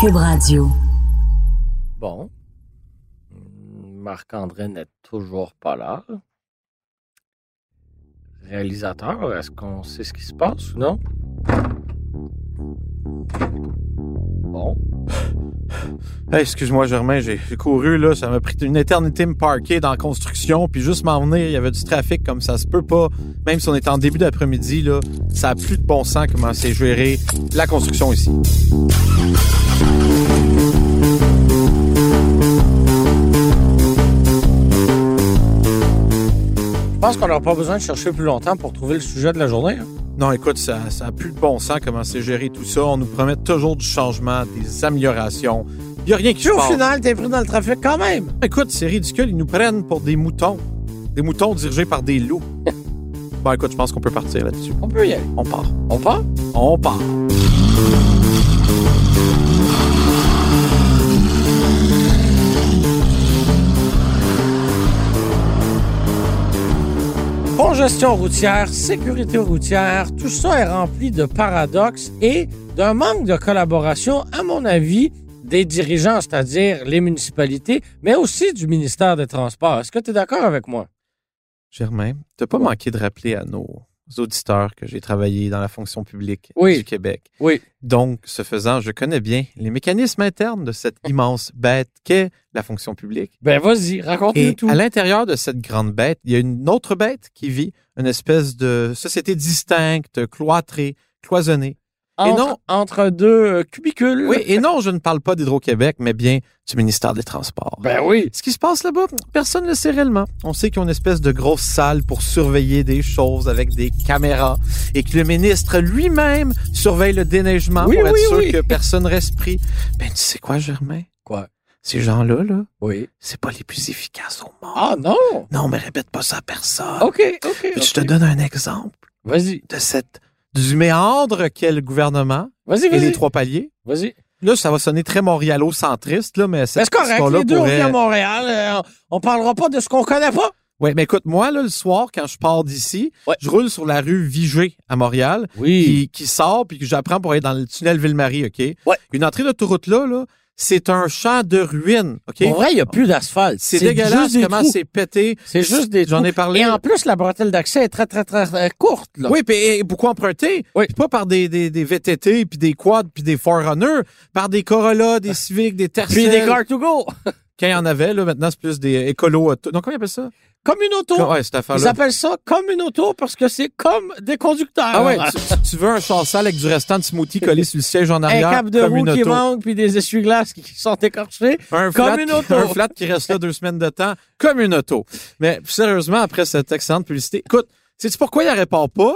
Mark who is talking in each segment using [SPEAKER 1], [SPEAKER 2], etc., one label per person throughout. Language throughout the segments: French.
[SPEAKER 1] Cube Radio.
[SPEAKER 2] Bon. Marc-André n'est toujours pas là. Réalisateur, est-ce qu'on sait ce qui se passe ou non? Bon.
[SPEAKER 3] Hey, excuse-moi, Germain, j'ai j'ai couru, là. Ça m'a pris une éternité me parquer dans la construction, puis juste m'en venir, il y avait du trafic comme ça se peut pas. Même si on est en début d'après-midi, là, ça a plus de bon sens comment c'est géré la construction ici.
[SPEAKER 2] Je pense qu'on n'aura pas besoin de chercher plus longtemps pour trouver le sujet de la journée. hein.
[SPEAKER 3] Non, écoute, ça, ça a plus de bon sens comment c'est géré tout ça. On nous promet toujours du changement, des améliorations. Il y a rien qui
[SPEAKER 2] Puis au
[SPEAKER 3] change.
[SPEAKER 2] final, t'es pris dans le trafic quand même.
[SPEAKER 3] Écoute, c'est ridicule, ils nous prennent pour des moutons. Des moutons dirigés par des loups. bon, écoute, je pense qu'on peut partir là-dessus.
[SPEAKER 2] On peut y aller.
[SPEAKER 3] On part.
[SPEAKER 2] On part?
[SPEAKER 3] On part.
[SPEAKER 2] Congestion routière, sécurité routière, tout ça est rempli de paradoxes et d'un manque de collaboration, à mon avis, des dirigeants, c'est-à-dire les municipalités, mais aussi du ministère des Transports. Est-ce que tu es d'accord avec moi?
[SPEAKER 3] Germain, t'as pas manqué de rappeler à nos auditeurs que j'ai travaillé dans la fonction publique
[SPEAKER 2] Oui.
[SPEAKER 3] du Québec.
[SPEAKER 2] Oui.
[SPEAKER 3] Donc, ce faisant, je connais bien les mécanismes internes de cette immense bête qu'est la fonction publique.
[SPEAKER 2] Ben vas-y, raconte-nous
[SPEAKER 3] Et
[SPEAKER 2] tout.
[SPEAKER 3] à l'intérieur de cette grande bête, il y a une autre bête qui vit, une espèce de société distincte, cloîtrée, cloisonnée.
[SPEAKER 2] Entre,
[SPEAKER 3] non.
[SPEAKER 2] entre deux euh, cubicules.
[SPEAKER 3] Oui, et non, je ne parle pas d'Hydro-Québec, mais bien du ministère des Transports.
[SPEAKER 2] Ben oui.
[SPEAKER 3] Ce qui se passe là-bas, personne ne le sait réellement. On sait qu'ils ont une espèce de grosse salle pour surveiller des choses avec des caméras et que le ministre lui-même surveille le déneigement
[SPEAKER 2] Oui,
[SPEAKER 3] pour être
[SPEAKER 2] oui,
[SPEAKER 3] sûr
[SPEAKER 2] oui.
[SPEAKER 3] que personne reste pris. Ben, tu sais quoi, Germain?
[SPEAKER 2] Quoi?
[SPEAKER 3] Ces gens-là, là,
[SPEAKER 2] Oui.
[SPEAKER 3] c'est pas les plus efficaces au monde.
[SPEAKER 2] Ah non!
[SPEAKER 3] Non, mais répète pas ça à personne.
[SPEAKER 2] OK, OK.
[SPEAKER 3] Mais Je
[SPEAKER 2] ok.
[SPEAKER 3] te donne un exemple
[SPEAKER 2] Vas-y,
[SPEAKER 3] de cette, du méandre qu'est le gouvernement
[SPEAKER 2] vas-y,
[SPEAKER 3] et les
[SPEAKER 2] vas-y.
[SPEAKER 3] trois paliers.
[SPEAKER 2] Vas-y.
[SPEAKER 3] Là, ça va sonner très montréalo-centriste, là, mais
[SPEAKER 2] Ben,
[SPEAKER 3] cette
[SPEAKER 2] C'est correct,
[SPEAKER 3] question-là
[SPEAKER 2] les deux, on
[SPEAKER 3] pourrait-
[SPEAKER 2] vient à Montréal. euh, on parlera pas de ce qu'on connaît pas.
[SPEAKER 3] Oui, mais écoute, moi, là, le soir, quand je pars d'ici,
[SPEAKER 2] Ouais.
[SPEAKER 3] je roule sur la rue Vigée à Montréal,
[SPEAKER 2] Oui.
[SPEAKER 3] qui, qui sort, puis que j'apprends pour aller dans le tunnel Ville-Marie, OK?
[SPEAKER 2] Ouais.
[SPEAKER 3] Une entrée d'autoroute là, là c'est un champ de ruines, OK?
[SPEAKER 2] En vrai, il n'y a plus d'asphalte.
[SPEAKER 3] C'est dégueulasse
[SPEAKER 2] juste des
[SPEAKER 3] comment
[SPEAKER 2] trous.
[SPEAKER 3] c'est pété.
[SPEAKER 2] C'est juste des
[SPEAKER 3] J'en ai
[SPEAKER 2] Et
[SPEAKER 3] parlé.
[SPEAKER 2] en plus, la bretelle d'accès est très, très, très, très courte. Là.
[SPEAKER 3] Oui, puis et pourquoi emprunter?
[SPEAKER 2] Oui.
[SPEAKER 3] Puis Pas par des, des, des VTT, puis des quads, puis des Forerunners, par des Corolla, des Civic, des Tercel.
[SPEAKER 2] Puis des car to go.
[SPEAKER 3] Quand il y en avait, là, maintenant, c'est plus des écolos. auto- Non, comment ils appellent ça?
[SPEAKER 2] Comme une auto.
[SPEAKER 3] Ouais, cette affaire-là.
[SPEAKER 2] Ils appellent ça comme une auto parce que c'est comme des conducteurs.
[SPEAKER 3] Ah ouais, tu, tu veux un chassal avec du restant de smoothie collé sur le siège en
[SPEAKER 2] Un
[SPEAKER 3] arrière,
[SPEAKER 2] cap de
[SPEAKER 3] comme
[SPEAKER 2] roue
[SPEAKER 3] une
[SPEAKER 2] qui
[SPEAKER 3] auto.
[SPEAKER 2] manque, puis des essuie-glaces qui sont écorchés.
[SPEAKER 3] Un
[SPEAKER 2] Comme
[SPEAKER 3] flat,
[SPEAKER 2] une
[SPEAKER 3] qui-
[SPEAKER 2] auto.
[SPEAKER 3] un flat qui reste là deux semaines de temps, comme une auto. Mais sérieusement, après cette excellente publicité, écoute, sais-tu pourquoi il répare pas?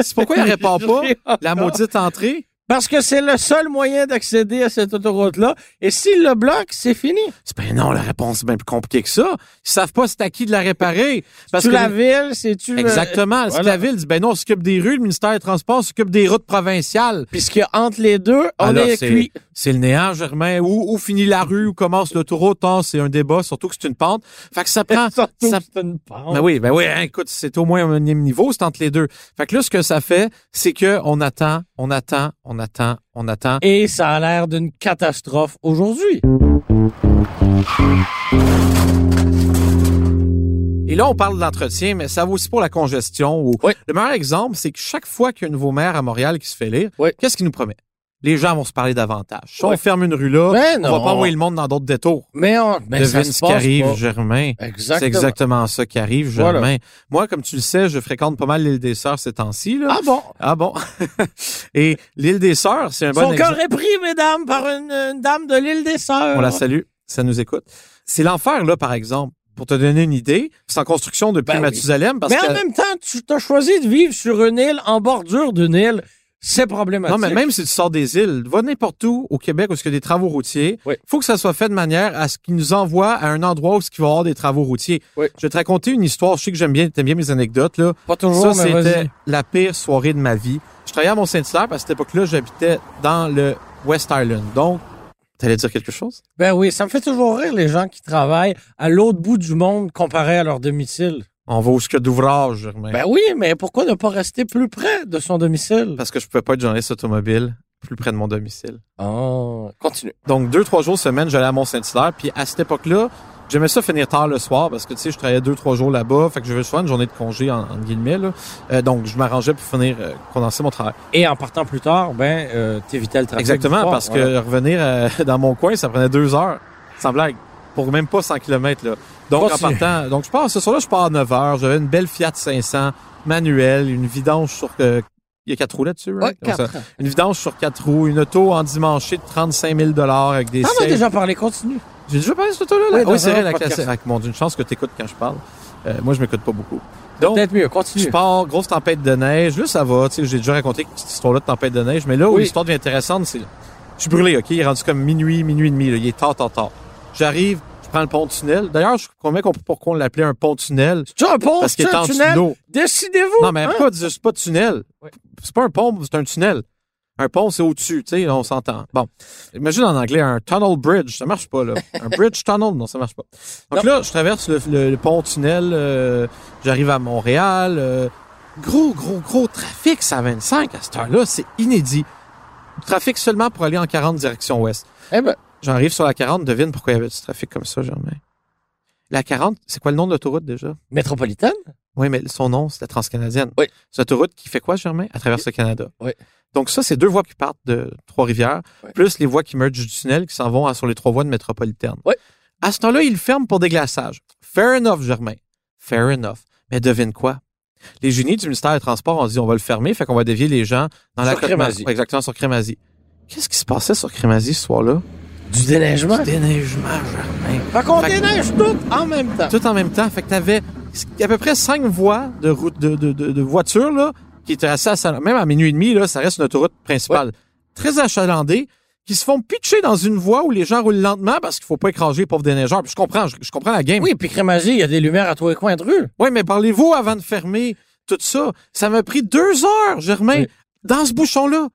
[SPEAKER 3] C'est pourquoi il répare Ah pas la maudite entrée?
[SPEAKER 2] Ah. Parce que c'est le seul moyen d'accéder à cette autoroute-là. Et s'ils le bloquent, c'est fini.
[SPEAKER 3] C'est ben non, la réponse est bien plus compliquée que ça. Ils savent pas c'est à qui de la réparer. Parce
[SPEAKER 2] tu
[SPEAKER 3] que
[SPEAKER 2] la ville, c'est tu. le-
[SPEAKER 3] Exactement. Si
[SPEAKER 2] Voilà.
[SPEAKER 3] la ville dit, ben non, on s'occupe des rues, le ministère des Transports s'occupe des routes provinciales.
[SPEAKER 2] Puis ce qu'il y a entre les deux, on
[SPEAKER 3] Alors,
[SPEAKER 2] est
[SPEAKER 3] Ah c'est-
[SPEAKER 2] Ah, cuit.
[SPEAKER 3] C'est le néant, Germain. Où, où finit la rue, où commence l'autoroute, hein, c'est un débat, surtout que c'est une pente. Fait que ça prend.
[SPEAKER 2] Surtout que
[SPEAKER 3] Ah, ça-
[SPEAKER 2] c'est une pente.
[SPEAKER 3] Ben oui, ben oui, hein, écoute, c'est au moins un même niveau, c'est entre les deux. Fait que là, ce que ça fait, c'est que on attend, on attend, on attend, on attend.
[SPEAKER 2] Et ça a l'air d'une catastrophe aujourd'hui.
[SPEAKER 3] Et là, on parle de l'entretien, mais ça vaut aussi pour la congestion. ou-
[SPEAKER 2] Oui.
[SPEAKER 3] Le meilleur exemple, c'est que chaque fois qu'il y a un nouveau maire à Montréal qui se fait lire,
[SPEAKER 2] Oui.
[SPEAKER 3] qu'est-ce qu'il nous promet? Les gens vont se parler davantage. Si
[SPEAKER 2] Oui.
[SPEAKER 3] on ferme une rue là,
[SPEAKER 2] Ben
[SPEAKER 3] on va pas
[SPEAKER 2] non.
[SPEAKER 3] envoyer le monde dans d'autres détours.
[SPEAKER 2] Mais on, mais ça
[SPEAKER 3] Devine
[SPEAKER 2] se
[SPEAKER 3] ce qui
[SPEAKER 2] passe
[SPEAKER 3] arrive,
[SPEAKER 2] pas.
[SPEAKER 3] Germain.
[SPEAKER 2] Exactement.
[SPEAKER 3] C'est exactement ça qui arrive, Germain.
[SPEAKER 2] Voilà.
[SPEAKER 3] Moi, comme tu le sais, je fréquente pas mal l'île des Sœurs ces temps-ci. Là.
[SPEAKER 2] Ah bon?
[SPEAKER 3] Ah bon? Et l'île des Sœurs, c'est un bon
[SPEAKER 2] Son
[SPEAKER 3] exemple.
[SPEAKER 2] corps est pris, mesdames, par une, une dame de l'île des Sœurs.
[SPEAKER 3] On la salue, ça nous écoute. C'est l'enfer, là, par exemple. Pour te donner une idée, c'est en construction depuis
[SPEAKER 2] Ben oui.
[SPEAKER 3] Mathusalem. Parce
[SPEAKER 2] Mais
[SPEAKER 3] que,
[SPEAKER 2] en même temps, tu t'as choisi de vivre sur une île, en bordure d'une île. C'est problématique.
[SPEAKER 3] non, mais même si tu sors des îles, va n'importe où au Québec où il y a des travaux routiers,
[SPEAKER 2] Oui.
[SPEAKER 3] faut que ça soit fait de manière à ce qu'ils nous envoient à un endroit où il va y avoir des travaux routiers.
[SPEAKER 2] Oui.
[SPEAKER 3] Je vais te raconter une histoire. Je sais que j'aime bien, t'aimes bien mes anecdotes. Là.
[SPEAKER 2] Pas toujours,
[SPEAKER 3] ça,
[SPEAKER 2] mais
[SPEAKER 3] c'était
[SPEAKER 2] vas-y.
[SPEAKER 3] la pire soirée de ma vie. Je travaillais à Mont-Saint-Hilaire parce que à cette époque-là, j'habitais dans le West Island. Donc, t'allais dire quelque chose?
[SPEAKER 2] Ben oui, ça me fait toujours rire les gens qui travaillent à l'autre bout du monde comparé à leur domicile.
[SPEAKER 3] On va au que d'ouvrage, Germain.
[SPEAKER 2] Ben oui, mais pourquoi ne pas rester plus près de son domicile?
[SPEAKER 3] Parce que je pouvais pas être journaliste automobile plus près de mon domicile.
[SPEAKER 2] Oh, continue.
[SPEAKER 3] Donc, deux, trois jours semaine, j'allais à Mont-Saint-Hilaire. Puis à cette époque-là, j'aimais ça finir tard le soir parce que, tu sais, je travaillais deux, trois jours là-bas. Fait que je veux souvent une journée de congé, en, en guillemets. Là. Euh, donc, je m'arrangeais pour finir, euh, condenser mon travail.
[SPEAKER 2] Et en partant plus tard, ben, euh, t'évitais le trafic.
[SPEAKER 3] Exactement, parce que revenir euh, dans mon coin, ça prenait deux heures, sans blague, pour même pas 100 km. Là. Donc, en
[SPEAKER 2] Continue.
[SPEAKER 3] partant, donc je pars, ce soir-là, je pars à 9 heures. J'avais une belle Fiat 500 manuelle, une vidange sur... euh, il y a quatre roues là-dessus,
[SPEAKER 2] Ouais,
[SPEAKER 3] right? Comme ça.
[SPEAKER 2] quatre ans.
[SPEAKER 3] Une vidange sur quatre roues, une auto en dimanche de 35 000 avec des
[SPEAKER 2] T'en as
[SPEAKER 3] sièges.
[SPEAKER 2] Ah, déjà parlé, continue.
[SPEAKER 3] J'ai déjà parlé de cette auto-là? là?
[SPEAKER 2] Oui, dans
[SPEAKER 3] c'est
[SPEAKER 2] un
[SPEAKER 3] vrai, la
[SPEAKER 2] podcast.
[SPEAKER 3] classe. Ah, Mon Dieu, une chance que t'écoutes quand je parle. Euh, moi, je m'écoute pas beaucoup. Donc,
[SPEAKER 2] Peut-être mieux,
[SPEAKER 3] Oh. je
[SPEAKER 2] continue.
[SPEAKER 3] pars, grosse tempête de neige. Là, ça va. Tu sais, j'ai déjà raconté cette histoire-là de tempête de neige. Mais là où
[SPEAKER 2] Oui.
[SPEAKER 3] l'histoire devient intéressante, c'est... Je suis brûlé, OK? Il est rendu comme minuit, minuit et demi. Là. Il est tard, tard, tard. J'arrive, je prends le pont-tunnel. D'ailleurs, je comprends pas pourquoi on l'appelait un pont-tunnel.
[SPEAKER 2] Tu as un pont,
[SPEAKER 3] Parce
[SPEAKER 2] tu
[SPEAKER 3] qu'il est
[SPEAKER 2] as un
[SPEAKER 3] en
[SPEAKER 2] tunnel.
[SPEAKER 3] tunnel.
[SPEAKER 2] Décidez-vous.
[SPEAKER 3] Non, mais
[SPEAKER 2] hein?
[SPEAKER 3] pourquoi c'est pas tunnel?
[SPEAKER 2] Ouais.
[SPEAKER 3] C'est pas un pont, c'est un tunnel. Un pont, c'est au-dessus, tu sais, on s'entend. Bon. Imagine en anglais, un tunnel bridge, ça marche pas, là. Un bridge tunnel, non, ça marche pas. Donc là, je traverse le, le- le pont-tunnel, euh, j'arrive à Montréal. euh, gros, gros, gros trafic, ça 25 à cette heure-là, c'est inédit. Trafic seulement pour aller en 40 direction ouest.
[SPEAKER 2] Eh ben,
[SPEAKER 3] J'arrive sur la 40, devine pourquoi il y avait du trafic comme ça, Germain. La 40, c'est quoi le nom de l'autoroute déjà?
[SPEAKER 2] métropolitaine.
[SPEAKER 3] Oui, mais son nom, c'est la Transcanadienne.
[SPEAKER 2] Oui.
[SPEAKER 3] C'est une autoroute qui fait quoi, Germain? À travers le Canada.
[SPEAKER 2] Oui.
[SPEAKER 3] Donc, ça, c'est deux voies qui partent de Trois-Rivières,
[SPEAKER 2] Oui.
[SPEAKER 3] plus les voies qui mergent du tunnel qui s'en vont à- sur les trois voies de métropolitaine.
[SPEAKER 2] Oui.
[SPEAKER 3] À ce temps-là, ils le ferment pour déglaçage. Fair enough, Germain. Fair enough. Mais devine quoi? Les génies du ministère des Transports ont dit on va le fermer, fait qu'on va dévier les gens dans la
[SPEAKER 2] Sur Crémazie.
[SPEAKER 3] Ouais, Exactement, sur Crémazie. Qu'est-ce qui se passait sur Crémazie ce soir-là?
[SPEAKER 2] Du déneigement.
[SPEAKER 3] Du déneigement, Germain.
[SPEAKER 2] Fait qu'on
[SPEAKER 3] Fait que-
[SPEAKER 2] déneige tout en même temps.
[SPEAKER 3] Tout en même temps. Fait que t'avais à peu près cinq voies de route de, de, de, de voitures là, qui étaient assez achalandées. Même à minuit et demi, là, ça reste une autoroute principale. Très achalandée, qui se font pitcher dans une voie où les gens roulent lentement parce qu'il faut pas écraser les pauvres déneigeurs. Puis je comprends, je, je comprends la game.
[SPEAKER 2] Oui, puis Crémagie, il y a des lumières à tous les coins de rue.
[SPEAKER 3] Ouais, mais parlez-vous avant de fermer tout ça. Ça m'a pris deux heures, Germain,
[SPEAKER 2] Oui.
[SPEAKER 3] dans ce bouchon-là.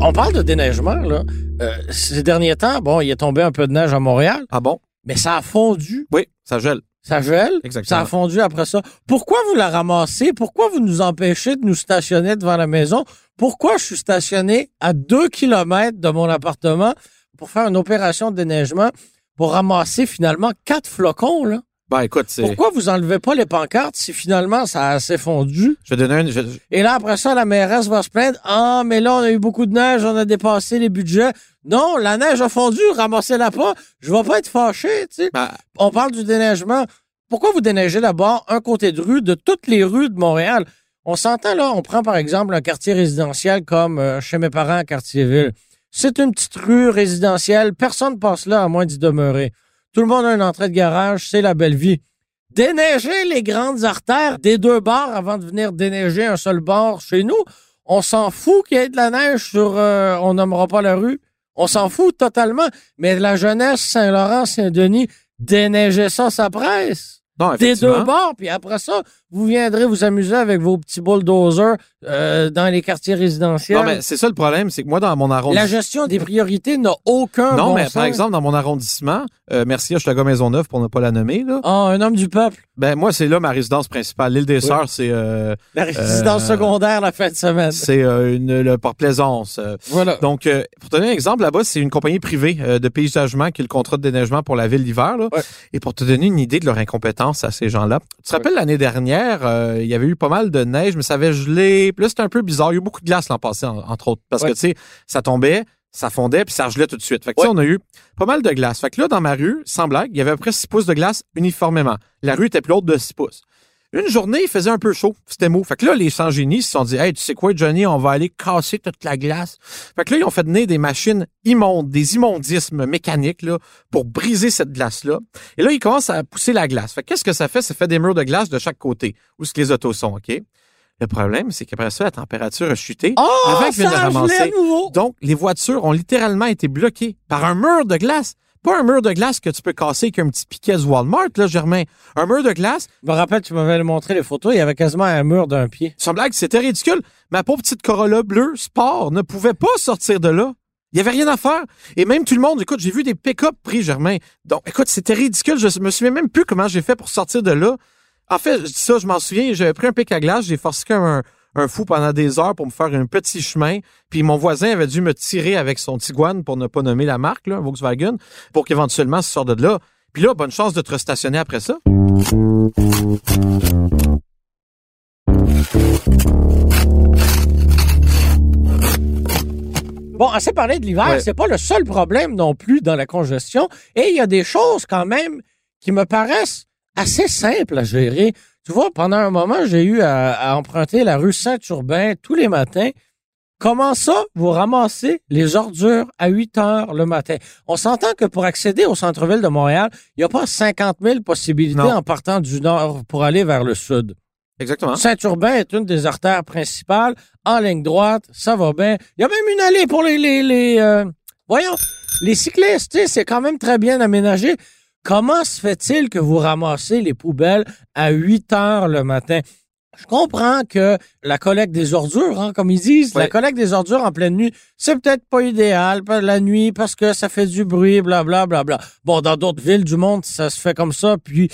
[SPEAKER 2] On parle de déneigement, là. Euh, ces derniers temps, bon, il est tombé un peu de neige à Montréal,
[SPEAKER 3] Ah bon?
[SPEAKER 2] mais ça a fondu.
[SPEAKER 3] Oui, ça gèle.
[SPEAKER 2] Ça gèle. Ça
[SPEAKER 3] Exactement.
[SPEAKER 2] a fondu après ça. Pourquoi vous la ramassez? Pourquoi vous nous empêchez de nous stationner devant la maison? Pourquoi je suis stationné à deux kilomètres de mon appartement pour faire une opération de déneigement pour ramasser finalement quatre flocons, là?
[SPEAKER 3] Ben écoute, c'est.
[SPEAKER 2] Pourquoi vous enlevez pas les pancartes si finalement ça a assez fondu?
[SPEAKER 3] Je vais donner un. je-
[SPEAKER 2] Et là, après ça, la mairesse va se plaindre. Ah, mais là, on a eu beaucoup de neige, on a dépassé les budgets. Non, la neige a fondu, ramassez-la pas. Je vais pas être fâché, tu sais.
[SPEAKER 3] ben,
[SPEAKER 2] On parle du déneigement. Pourquoi vous déneigez d'abord un côté de rue de toutes les rues de Montréal? On s'entend là, on prend par exemple un quartier résidentiel comme euh, chez mes parents à Quartierville. C'est une petite rue résidentielle, personne passe là à moins d'y demeurer. Tout le monde a une entrée de garage, c'est la belle vie. Déneiger les grandes artères des deux bords avant de venir déneiger un seul bord chez nous, on s'en fout qu'il y ait de la neige sur euh, on nommera pas la rue, on s'en fout totalement, mais la jeunesse Saint-Laurent, Saint-Denis, déneigez ça, ça presse.
[SPEAKER 3] non,
[SPEAKER 2] Des
[SPEAKER 3] effectivement.
[SPEAKER 2] deux bords, puis après ça, vous viendrez vous amuser avec vos petits bulldozers euh, dans les quartiers résidentiels.
[SPEAKER 3] Non, mais c'est ça le problème, c'est que moi, dans mon arrondissement.
[SPEAKER 2] La gestion des priorités n'a aucun
[SPEAKER 3] Non,
[SPEAKER 2] bon
[SPEAKER 3] mais
[SPEAKER 2] sens.
[SPEAKER 3] par exemple, dans mon arrondissement, euh, merci Hochelaga Maisonneuve pour ne pas la nommer, là.
[SPEAKER 2] Ah, un homme du peuple.
[SPEAKER 3] Ben, moi, c'est là ma résidence principale. L'île des Sœurs, c'est, euh,
[SPEAKER 2] La résidence
[SPEAKER 3] Euh,
[SPEAKER 2] secondaire la fin de semaine.
[SPEAKER 3] c'est euh, une, le Port-Plaisance. euh.
[SPEAKER 2] Voilà.
[SPEAKER 3] Donc, euh, pour te donner un exemple, là-bas, c'est une compagnie privée euh, de paysagement qui est le contrat de déneigement pour la ville d'hiver. là.
[SPEAKER 2] Ouais.
[SPEAKER 3] Et pour te donner une idée de leur incompétence à ces gens-là, tu te rappelles l'année dernière, euh, il y avait eu pas mal de neige, mais ça avait gelé. Puis là, c'était un peu bizarre. Il y a eu beaucoup de glace l'an passé, en- entre autres, parce
[SPEAKER 2] Ouais.
[SPEAKER 3] que, tu sais, ça tombait, ça fondait, puis ça gelait tout de suite. Fait que, tu sais, on a eu pas mal de glace. Fait que là, dans ma rue, sans blague, il y avait à peu près 6 pouces de glace uniformément. La rue était plus haute de 6 pouces. Une journée, il faisait un peu chaud. C'était mou. Fait que là, les sans-génies se sont dit, hey, tu sais quoi, Johnny, on va aller casser toute la glace. Fait que là, ils ont fait venir des machines immondes, des immondismes mécaniques, là, pour briser cette glace-là. Et là, ils commencent à pousser la glace. Fait que qu'est-ce que ça fait? Ça fait des murs de glace de chaque côté, où ce que les autos sont, OK? Le problème, c'est qu'après ça, la température a chuté.
[SPEAKER 2] oh,
[SPEAKER 3] Avant qu'il vienne
[SPEAKER 2] ça,
[SPEAKER 3] le
[SPEAKER 2] je l'ai
[SPEAKER 3] ramasser.
[SPEAKER 2] à nouveau.
[SPEAKER 3] Donc, les voitures ont littéralement été bloquées par un mur de glace. Pas un mur de glace que tu peux casser avec un petit piquet du Walmart, là, Germain. Un mur de glace,
[SPEAKER 2] Je me rappelle, tu m'avais montré les photos, il y avait quasiment un mur d'un pied.
[SPEAKER 3] sans blague, c'était ridicule. Ma pauvre petite Corolla bleue, sport, ne pouvait pas sortir de là. Il y avait rien à faire. Et même tout le monde, écoute, j'ai vu des pick-up pris, Germain. Donc, écoute, c'était ridicule. Je me souviens même plus comment j'ai fait pour sortir de là. En fait, je dis ça, je m'en souviens, j'avais pris un pic à glace, j'ai forcé comme un, un fou pendant des heures pour me faire un petit chemin. Puis mon voisin avait dû me tirer avec son Tiguan, pour ne pas nommer la marque, là, Volkswagen, pour qu'éventuellement ça sorte de là. Puis là, bonne chance de te restationner après ça.
[SPEAKER 2] Bon, assez parlé de l'hiver,
[SPEAKER 3] Ouais.
[SPEAKER 2] c'est pas le seul problème non plus dans la congestion. Et il y a des choses quand même qui me paraissent assez simples à gérer. Tu vois, pendant un moment, j'ai eu à, à emprunter la rue Saint-Urbain tous les matins. Comment ça, vous ramassez les ordures à 8 heures le matin? On s'entend que pour accéder au centre-ville de Montréal, il n'y a pas 50 000 possibilités
[SPEAKER 3] Non.
[SPEAKER 2] en partant du nord pour aller vers le sud.
[SPEAKER 3] Exactement.
[SPEAKER 2] Saint-Urbain est une des artères principales. En ligne droite, ça va bien. Il y a même une allée pour les... les, les, euh, voyons, les cyclistes, tu sais, c'est quand même très bien aménagé. Comment se fait-il que vous ramassez les poubelles à 8 heures le matin? Je comprends que la collecte des ordures, hein, comme ils disent,
[SPEAKER 3] Ouais.
[SPEAKER 2] la collecte des ordures en pleine nuit, c'est peut-être pas idéal pas la nuit parce que ça fait du bruit, bla bla bla bla. Bon, dans d'autres villes du monde, ça se fait comme ça, puis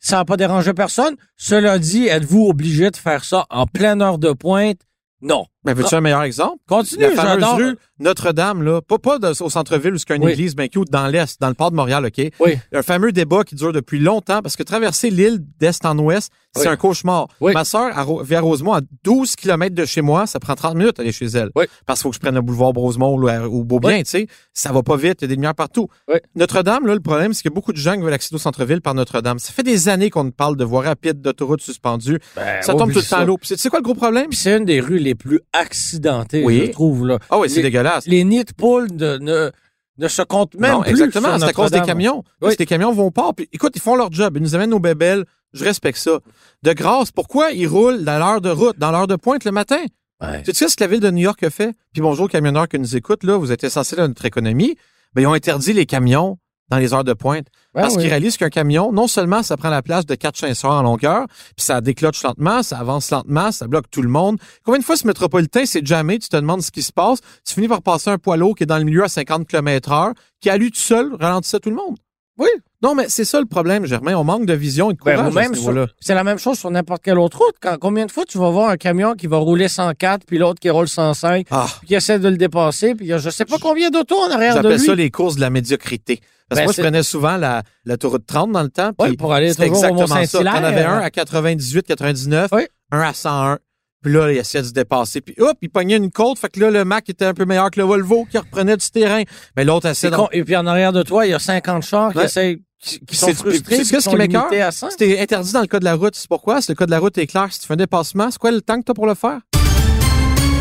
[SPEAKER 2] ça n'a pas dérangé personne. Cela dit, êtes-vous obligé de faire ça en pleine heure de pointe? Non.
[SPEAKER 3] Mais veux-tu un meilleur exemple?
[SPEAKER 2] Continue,
[SPEAKER 3] La fameuse
[SPEAKER 2] j'adore.
[SPEAKER 3] rue Notre-Dame, là, pas, pas de- au centre-ville où c'est une
[SPEAKER 2] Oui.
[SPEAKER 3] église bien cute, dans l'Est, dans le port de Montréal, OK?
[SPEAKER 2] Oui.
[SPEAKER 3] Il y a un fameux débat qui dure depuis longtemps parce que traverser l'île d'est en ouest, c'est
[SPEAKER 2] Oui.
[SPEAKER 3] un cauchemar.
[SPEAKER 2] Oui.
[SPEAKER 3] Ma sœur, à Ro- vit à Rosemont, à 12 km de chez moi, ça prend 30 minutes d'aller chez elle.
[SPEAKER 2] Oui.
[SPEAKER 3] Parce qu'il faut que je prenne le boulevard Rosemont ou la- ou Beaubien, tu sais. Ça va pas vite, il y a des lumières partout.
[SPEAKER 2] Oui.
[SPEAKER 3] Notre-Dame, là, le problème, c'est que beaucoup de gens qui veulent accéder au centre-ville par Notre-Dame. Ça fait des années qu'on parle de voies rapides, d'autoroutes suspendues.
[SPEAKER 2] Ben,
[SPEAKER 3] ça tombe
[SPEAKER 2] oublie
[SPEAKER 3] tout le temps
[SPEAKER 2] ça.
[SPEAKER 3] à l'eau. Puis C'est tu sais quoi le gros problème?
[SPEAKER 2] Puis c'est une des rues les plus accidentées,
[SPEAKER 3] Oui.
[SPEAKER 2] je trouve. Là.
[SPEAKER 3] Ah oui, c'est
[SPEAKER 2] Les-
[SPEAKER 3] dégueulasse.
[SPEAKER 2] Les nids de poules de- ne, ne se comptent même
[SPEAKER 3] non,
[SPEAKER 2] plus.
[SPEAKER 3] exactement.
[SPEAKER 2] sur
[SPEAKER 3] C'est à cause des
[SPEAKER 2] Notre-Dame.
[SPEAKER 3] camions.
[SPEAKER 2] Oui.
[SPEAKER 3] Parce que les camions vont pas. Puis, écoute, ils font leur job. Ils nous amènent nos bébelles. Je respecte ça. De grâce, pourquoi ils roulent dans l'heure de route, dans l'heure de pointe le matin?
[SPEAKER 2] Ouais.
[SPEAKER 3] C'est ce que la ville de New York a fait? Puis bonjour aux camionneurs qui nous écoutent, là, vous êtes essentiels à notre économie. Ben, ils ont interdit les camions dans les heures de pointe.
[SPEAKER 2] Ben
[SPEAKER 3] parce
[SPEAKER 2] oui.
[SPEAKER 3] qu'ils réalisent qu'un camion, non seulement ça prend la place de quatre chasseurs en longueur, puis ça décloche lentement, ça avance lentement, ça bloque tout le monde. Combien de fois ce métropolitain, c'est jamais, tu te demandes ce qui se passe, tu finis par passer un poids lourd qui est dans le milieu à 50 km heure, qui à lui tout seul ralentissait tout le monde.
[SPEAKER 2] Oui.
[SPEAKER 3] Non, mais c'est ça le problème, Germain. On manque de vision et de
[SPEAKER 2] Ben,
[SPEAKER 3] courage
[SPEAKER 2] ou même
[SPEAKER 3] à ce
[SPEAKER 2] sur-
[SPEAKER 3] niveau-là.
[SPEAKER 2] c'est la même chose sur n'importe quelle autre route. Quand, combien de fois tu vas voir un camion qui va rouler 104, puis l'autre qui roule 105,
[SPEAKER 3] Ah.
[SPEAKER 2] puis qui essaie de le dépasser, puis il y a je sais pas combien d'autos en arrière de
[SPEAKER 3] J'appelle
[SPEAKER 2] lui.
[SPEAKER 3] ça les courses de la médiocrité.
[SPEAKER 2] Ben,
[SPEAKER 3] Parce que moi, je
[SPEAKER 2] c'est-
[SPEAKER 3] prenais souvent la, la Tour de 30 dans le temps.
[SPEAKER 2] Oui,
[SPEAKER 3] puis
[SPEAKER 2] pour aller
[SPEAKER 3] C'était
[SPEAKER 2] toujours au
[SPEAKER 3] exactement ça. T'en
[SPEAKER 2] Mont-Saint-Hilaire. hein. euh.
[SPEAKER 3] avais un à 98, 99,
[SPEAKER 2] Oui.
[SPEAKER 3] un à 101. Puis là, il essayait de se dépasser. Puis hop, il pognait une côte. Fait que là, le Mac était un peu meilleur que le Volvo qui reprenait du terrain. Mais l'autre
[SPEAKER 2] C'est
[SPEAKER 3] essayait
[SPEAKER 2] con. Et puis en arrière de toi, il y a 50 chars qui
[SPEAKER 3] Ouais.
[SPEAKER 2] essayent, qui, qui sont
[SPEAKER 3] C'est-
[SPEAKER 2] frustrés,
[SPEAKER 3] c'est-
[SPEAKER 2] puis qui
[SPEAKER 3] c'est ce
[SPEAKER 2] sont
[SPEAKER 3] qui m'écoeure.
[SPEAKER 2] limités à 100.
[SPEAKER 3] C'était interdit dans le code de la route. C'est pourquoi? Si le code de la route est clair, si tu fais un dépassement, c'est quoi le temps que t'as pour le faire?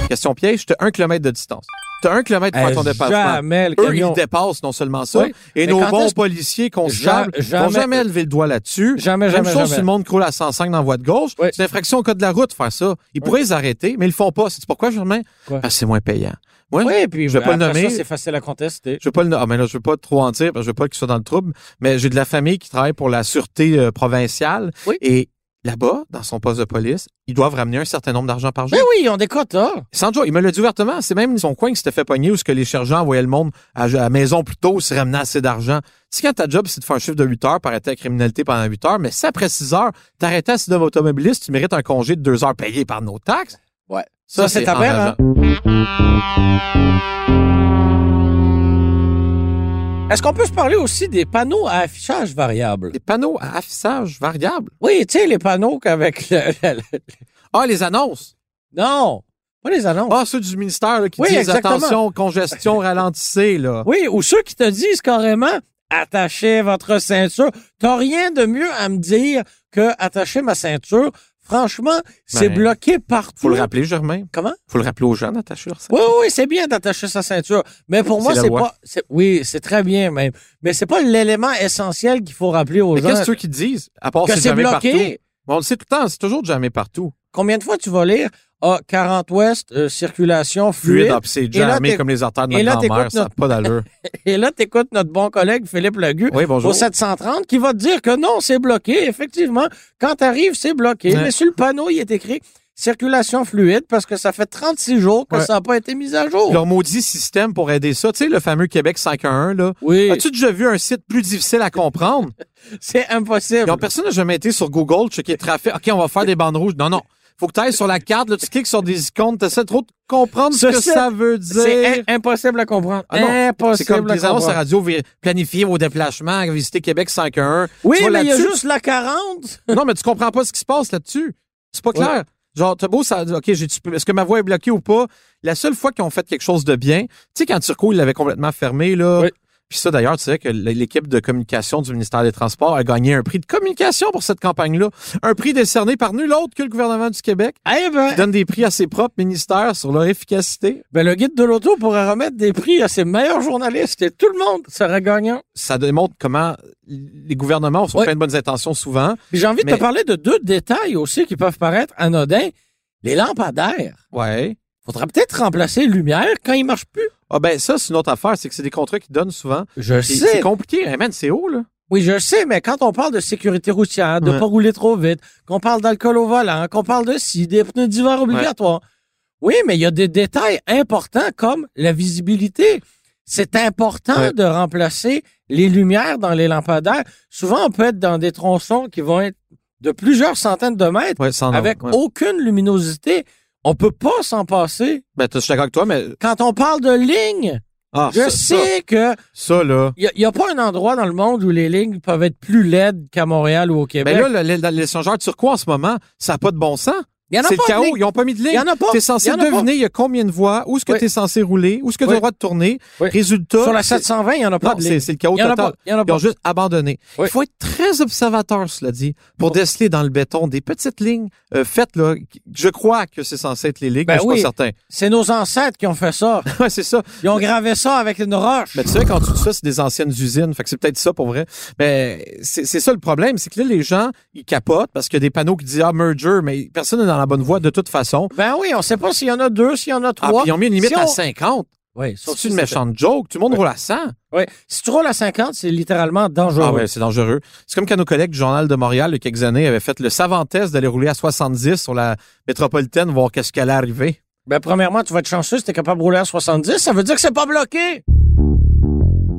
[SPEAKER 3] Question piège, t'as un kilomètre de distance. T'as un kilomètre pour faire ton
[SPEAKER 2] Eh,
[SPEAKER 3] dépassement.
[SPEAKER 2] Jamais le
[SPEAKER 3] Eux, ils
[SPEAKER 2] camion.
[SPEAKER 3] dépassent non seulement ça,
[SPEAKER 2] Oui,
[SPEAKER 3] et
[SPEAKER 2] mais
[SPEAKER 3] nos
[SPEAKER 2] quand
[SPEAKER 3] bons
[SPEAKER 2] est-ce-
[SPEAKER 3] policiers, constables,
[SPEAKER 2] Ja-
[SPEAKER 3] vont
[SPEAKER 2] jamais-
[SPEAKER 3] jamais lever le doigt là-dessus.
[SPEAKER 2] Jamais,
[SPEAKER 3] Même
[SPEAKER 2] jamais,
[SPEAKER 3] chose
[SPEAKER 2] jamais.
[SPEAKER 3] si le monde croule à 105 dans la voie de gauche.
[SPEAKER 2] Oui.
[SPEAKER 3] C'est une infraction au code de la route faire ça. Ils pourraient les arrêter, mais ils le font pas. C'est pourquoi, Germain?
[SPEAKER 2] Quoi?
[SPEAKER 3] Parce que c'est moins payant. Moi,
[SPEAKER 2] Oui, puis
[SPEAKER 3] Je vais pas le
[SPEAKER 2] après ça,
[SPEAKER 3] nommer.
[SPEAKER 2] c'est facile à contester.
[SPEAKER 3] je veux pas le, ah, mais là, je veux pas trop en dire, parce que je veux pas qu'ils soient dans le trouble, mais j'ai de la famille qui travaille pour la sûreté euh, provinciale.
[SPEAKER 2] Oui.
[SPEAKER 3] Et là-bas, dans son poste de police, ils doivent ramener un certain nombre d'argent par jour.
[SPEAKER 2] Mais Ben oui, hein. ils ont des quotas.
[SPEAKER 3] Sans joie, il me l'a dit ouvertement. C'est même son coin qui s'était fait pogner où ce que les sergents envoyaient le monde à, à la maison plus tôt se ramenant assez d'argent. Tu sais, quand ta job, c'est de faire un chiffre de 8 heures pour arrêter la criminalité pendant 8 heures, mais si après 6 heures, t'arrêtais assis d'un automobiliste, tu mérites un congé de 2 heures payé par nos taxes.
[SPEAKER 2] Ouais. Ça, c'est ta mère, hein?
[SPEAKER 3] enrageant.
[SPEAKER 2] Est-ce qu'on peut se parler aussi des panneaux à affichage variable?
[SPEAKER 3] Des panneaux à affichage variable.
[SPEAKER 2] Oui, tu sais, les panneaux qu'avec le- le- le-
[SPEAKER 3] Ah, les annonces.
[SPEAKER 2] Non! Pas les annonces.
[SPEAKER 3] Ah, ceux du ministère là, qui
[SPEAKER 2] Oui,
[SPEAKER 3] disent
[SPEAKER 2] exactement.
[SPEAKER 3] attention, congestion, ralentissez, là.
[SPEAKER 2] Oui, ou ceux qui te disent carrément attachez votre ceinture. T'as rien de mieux à me dire que attacher ma ceinture. Franchement, c'est
[SPEAKER 3] Ben,
[SPEAKER 2] bloqué partout.
[SPEAKER 3] Faut le rappeler, Germain.
[SPEAKER 2] Comment?
[SPEAKER 3] Faut le rappeler aux gens d'attacher leur
[SPEAKER 2] Oui, oui, oui, c'est bien d'attacher sa ceinture. Mais pour moi,
[SPEAKER 3] C'est la
[SPEAKER 2] c'est
[SPEAKER 3] loi.
[SPEAKER 2] pas. c'est- Oui, c'est très bien même. Mais c'est pas l'élément essentiel qu'il faut rappeler aux
[SPEAKER 3] Mais
[SPEAKER 2] gens.
[SPEAKER 3] qu'est-ce que qu'ils disent? À part
[SPEAKER 2] que
[SPEAKER 3] Oh, c'est
[SPEAKER 2] c'est
[SPEAKER 3] jamais partout.
[SPEAKER 2] bloqué.
[SPEAKER 3] Bon, on le sait tout le temps, c'est toujours jamais partout.
[SPEAKER 2] Combien de fois tu vas lire Ah, 40 Ouest, euh, circulation fluide.
[SPEAKER 3] Fluide, ah, puis c'est
[SPEAKER 2] Et là,
[SPEAKER 3] jamais
[SPEAKER 2] t'éc-
[SPEAKER 3] comme les artères de ma
[SPEAKER 2] et là,
[SPEAKER 3] grand-mère,
[SPEAKER 2] t'écoutes
[SPEAKER 3] ça n'a pas d'allure.
[SPEAKER 2] Et là, t'écoutes notre bon collègue Philippe Lagu
[SPEAKER 3] Oui,
[SPEAKER 2] au
[SPEAKER 3] bonjour.
[SPEAKER 2] 730 qui va te dire que non, c'est bloqué. Effectivement, quand t'arrives, c'est bloqué.
[SPEAKER 3] Ouais.
[SPEAKER 2] Mais sur le panneau, il est écrit circulation fluide parce que ça fait 36 jours que
[SPEAKER 3] Ouais.
[SPEAKER 2] ça n'a pas été mis à jour.
[SPEAKER 3] Leur maudit système pour aider ça, tu sais, le fameux Québec 511, là.
[SPEAKER 2] Oui,
[SPEAKER 3] As-tu déjà vu un site plus difficile à comprendre?
[SPEAKER 2] c'est impossible.
[SPEAKER 3] Ils ont- personne n'a jamais été sur Google, checker le trafic. OK, on va faire des bandes rouges. Non, non. Faut que tu ailles sur la carte, là, tu cliques sur des icônes, tu essaies trop de comprendre ce,
[SPEAKER 2] Ce
[SPEAKER 3] que
[SPEAKER 2] site,
[SPEAKER 3] ça veut dire.
[SPEAKER 2] C'est im- impossible à comprendre.
[SPEAKER 3] Ah non, C'est
[SPEAKER 2] impossible
[SPEAKER 3] comme
[SPEAKER 2] à
[SPEAKER 3] des annonces à
[SPEAKER 2] comprendre.
[SPEAKER 3] radio, vi- planifier vos déplacements, visiter Québec 511.
[SPEAKER 2] Oui,
[SPEAKER 3] Tu vois,
[SPEAKER 2] mais il y a
[SPEAKER 3] là-dessus-
[SPEAKER 2] juste la 40.
[SPEAKER 3] non, mais tu comprends pas ce qui se passe là-dessus. C'est pas clair. Genre, t'as beau, ça, OK, j'ai- tu peux- est-ce que ma voix est bloquée ou pas? La seule fois qu'ils ont fait quelque chose de bien, tu sais, quand Turcot, il l'avait complètement fermé, là.
[SPEAKER 2] Oui.
[SPEAKER 3] Puis ça, d'ailleurs, tu sais que l- l'équipe de communication du ministère des Transports a gagné un prix de communication pour cette campagne-là. Un prix décerné par nul autre que le gouvernement du Québec,
[SPEAKER 2] Eh
[SPEAKER 3] qui
[SPEAKER 2] ben,
[SPEAKER 3] donne des prix à ses propres ministères sur leur efficacité.
[SPEAKER 2] ben, le guide de l'auto pourrait remettre des prix à ses meilleurs journalistes et tout le monde serait gagnant.
[SPEAKER 3] Ça démontre comment les gouvernements ont
[SPEAKER 2] Oui.
[SPEAKER 3] plein de bonnes intentions souvent.
[SPEAKER 2] Puis j'ai envie de
[SPEAKER 3] Mais-
[SPEAKER 2] te parler de deux détails aussi qui peuvent paraître anodins. Les lampadaires.
[SPEAKER 3] Ouais.
[SPEAKER 2] Faudra peut-être remplacer les lumières quand ils marchent plus.
[SPEAKER 3] Ah ben ça, c'est une autre affaire, c'est que c'est des contrats qu'ils donnent souvent.
[SPEAKER 2] Je
[SPEAKER 3] Puis C'est
[SPEAKER 2] sais.
[SPEAKER 3] compliqué, Hey, man, c'est haut, là.
[SPEAKER 2] Oui, je sais, mais quand on parle de sécurité routière, de
[SPEAKER 3] Ouais.
[SPEAKER 2] pas rouler trop vite, qu'on parle d'alcool au volant, qu'on parle de ci, des pneus d'hiver obligatoires. Oui, mais il y a des détails importants comme la visibilité. C'est important
[SPEAKER 3] Ouais.
[SPEAKER 2] de remplacer les lumières dans les lampadaires. Souvent, on peut être dans des tronçons qui vont être de plusieurs centaines de mètres
[SPEAKER 3] Ouais, sans nom,
[SPEAKER 2] avec
[SPEAKER 3] Ah ouais.
[SPEAKER 2] aucune luminosité. On peut pas s'en passer.
[SPEAKER 3] Ben, t'as- je suis d'accord avec toi, mais.
[SPEAKER 2] Quand on parle de lignes,
[SPEAKER 3] Ah,
[SPEAKER 2] je
[SPEAKER 3] ça, Ça,
[SPEAKER 2] sais que
[SPEAKER 3] ça, là.
[SPEAKER 2] il n'y a, pas un endroit dans le monde où les lignes peuvent être plus laides qu'à Montréal ou au Québec.
[SPEAKER 3] Ben là, le- le- l'échangeur turquois en ce moment, ça n'a pas de bon sens.
[SPEAKER 2] il y en a
[SPEAKER 3] C'est
[SPEAKER 2] pas de
[SPEAKER 3] le chaos.
[SPEAKER 2] lignes.
[SPEAKER 3] Ils n'ont pas mis de
[SPEAKER 2] Il y
[SPEAKER 3] ligne.
[SPEAKER 2] en a pas.
[SPEAKER 3] T'es censé
[SPEAKER 2] Il y en a
[SPEAKER 3] deviner il y a combien de voies, où est-ce que
[SPEAKER 2] Oui.
[SPEAKER 3] tu es censé rouler, où est-ce que tu as
[SPEAKER 2] Oui.
[SPEAKER 3] le droit de tourner.
[SPEAKER 2] Oui.
[SPEAKER 3] Résultat.
[SPEAKER 2] pas. Sur la
[SPEAKER 3] c'est-
[SPEAKER 2] 720, il n'y en a pas
[SPEAKER 3] Non,
[SPEAKER 2] de
[SPEAKER 3] c'est
[SPEAKER 2] lignes.
[SPEAKER 3] c'est le chaos
[SPEAKER 2] Il n'y en a
[SPEAKER 3] total.
[SPEAKER 2] pas. Il y en a
[SPEAKER 3] Ils ont
[SPEAKER 2] pas.
[SPEAKER 3] juste abandonné.
[SPEAKER 2] Oui. Oh.
[SPEAKER 3] Il faut être très observateur, cela dit, pour déceler dans le béton des petites lignes euh, faites, là. qui- Je crois que c'est censé être les lignes,
[SPEAKER 2] Ben
[SPEAKER 3] mais je
[SPEAKER 2] oui.
[SPEAKER 3] suis pas certain.
[SPEAKER 2] C'est nos ancêtres qui ont fait ça.
[SPEAKER 3] Ouais, c'est ça.
[SPEAKER 2] Ils ont gravé ça avec une roche.
[SPEAKER 3] Mais tu sais, quand tu dis ça, c'est des anciennes usines. Fait que c'est peut-être ça pour vrai. Mais c'est c'est ça le problème. C'est que là, les gens, ils capotent parce qu'il y a des panneaux qui disent Ah, merger, mais personne n'est dans la bonne voie de toute façon.
[SPEAKER 2] Ben oui, on ne sait pas s'il y en a deux, s'il y en a
[SPEAKER 3] Ah,
[SPEAKER 2] trois.
[SPEAKER 3] puis ils ont mis une limite
[SPEAKER 2] Si
[SPEAKER 3] à
[SPEAKER 2] on-
[SPEAKER 3] 50.
[SPEAKER 2] Oui, sauf
[SPEAKER 3] C'est
[SPEAKER 2] si
[SPEAKER 3] une méchante joke. Tout le monde roule à 100.
[SPEAKER 2] Oui. Si tu roules à 50, c'est littéralement dangereux.
[SPEAKER 3] Ah ouais, c'est dangereux. C'est comme quand nos collègues du Journal de Montréal, il y a quelques années, avaient fait le savant test d'aller rouler à 70 sur la métropolitaine, voir qu'est-ce qu'elle allait arriver.
[SPEAKER 2] Ben premièrement, tu vas être chanceux si tu es capable de rouler à 70. Ça veut dire que c'est pas bloqué.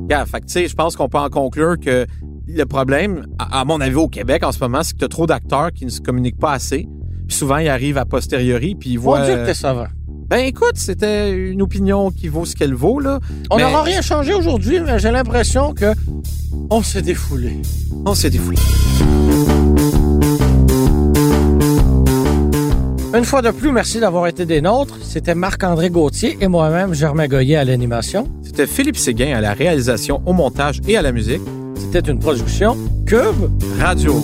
[SPEAKER 3] Yeah, fait que, tu sais, je pense qu'on peut en conclure que le problème, à, à mon avis, au Québec en ce moment, c'est que tu as trop d'acteurs qui ne se communiquent pas assez. Puis souvent, ils arrivent à posteriori, puis ils
[SPEAKER 2] Mon
[SPEAKER 3] voient.
[SPEAKER 2] Dieu que t'es savant.
[SPEAKER 3] Ben écoute, c'était une opinion qui vaut ce qu'elle vaut, là.
[SPEAKER 2] On
[SPEAKER 3] mais-
[SPEAKER 2] n'aura rien changé aujourd'hui, mais j'ai l'impression que on s'est défoulé.
[SPEAKER 3] On s'est défoulé.
[SPEAKER 2] Une fois de plus, merci d'avoir été des nôtres. C'était Marc-André Gauthier et moi-même, Germain Goyer à l'animation.
[SPEAKER 3] C'était Philippe Séguin à la réalisation, au montage et à la musique.
[SPEAKER 2] C'était une production Cube.
[SPEAKER 3] Radio.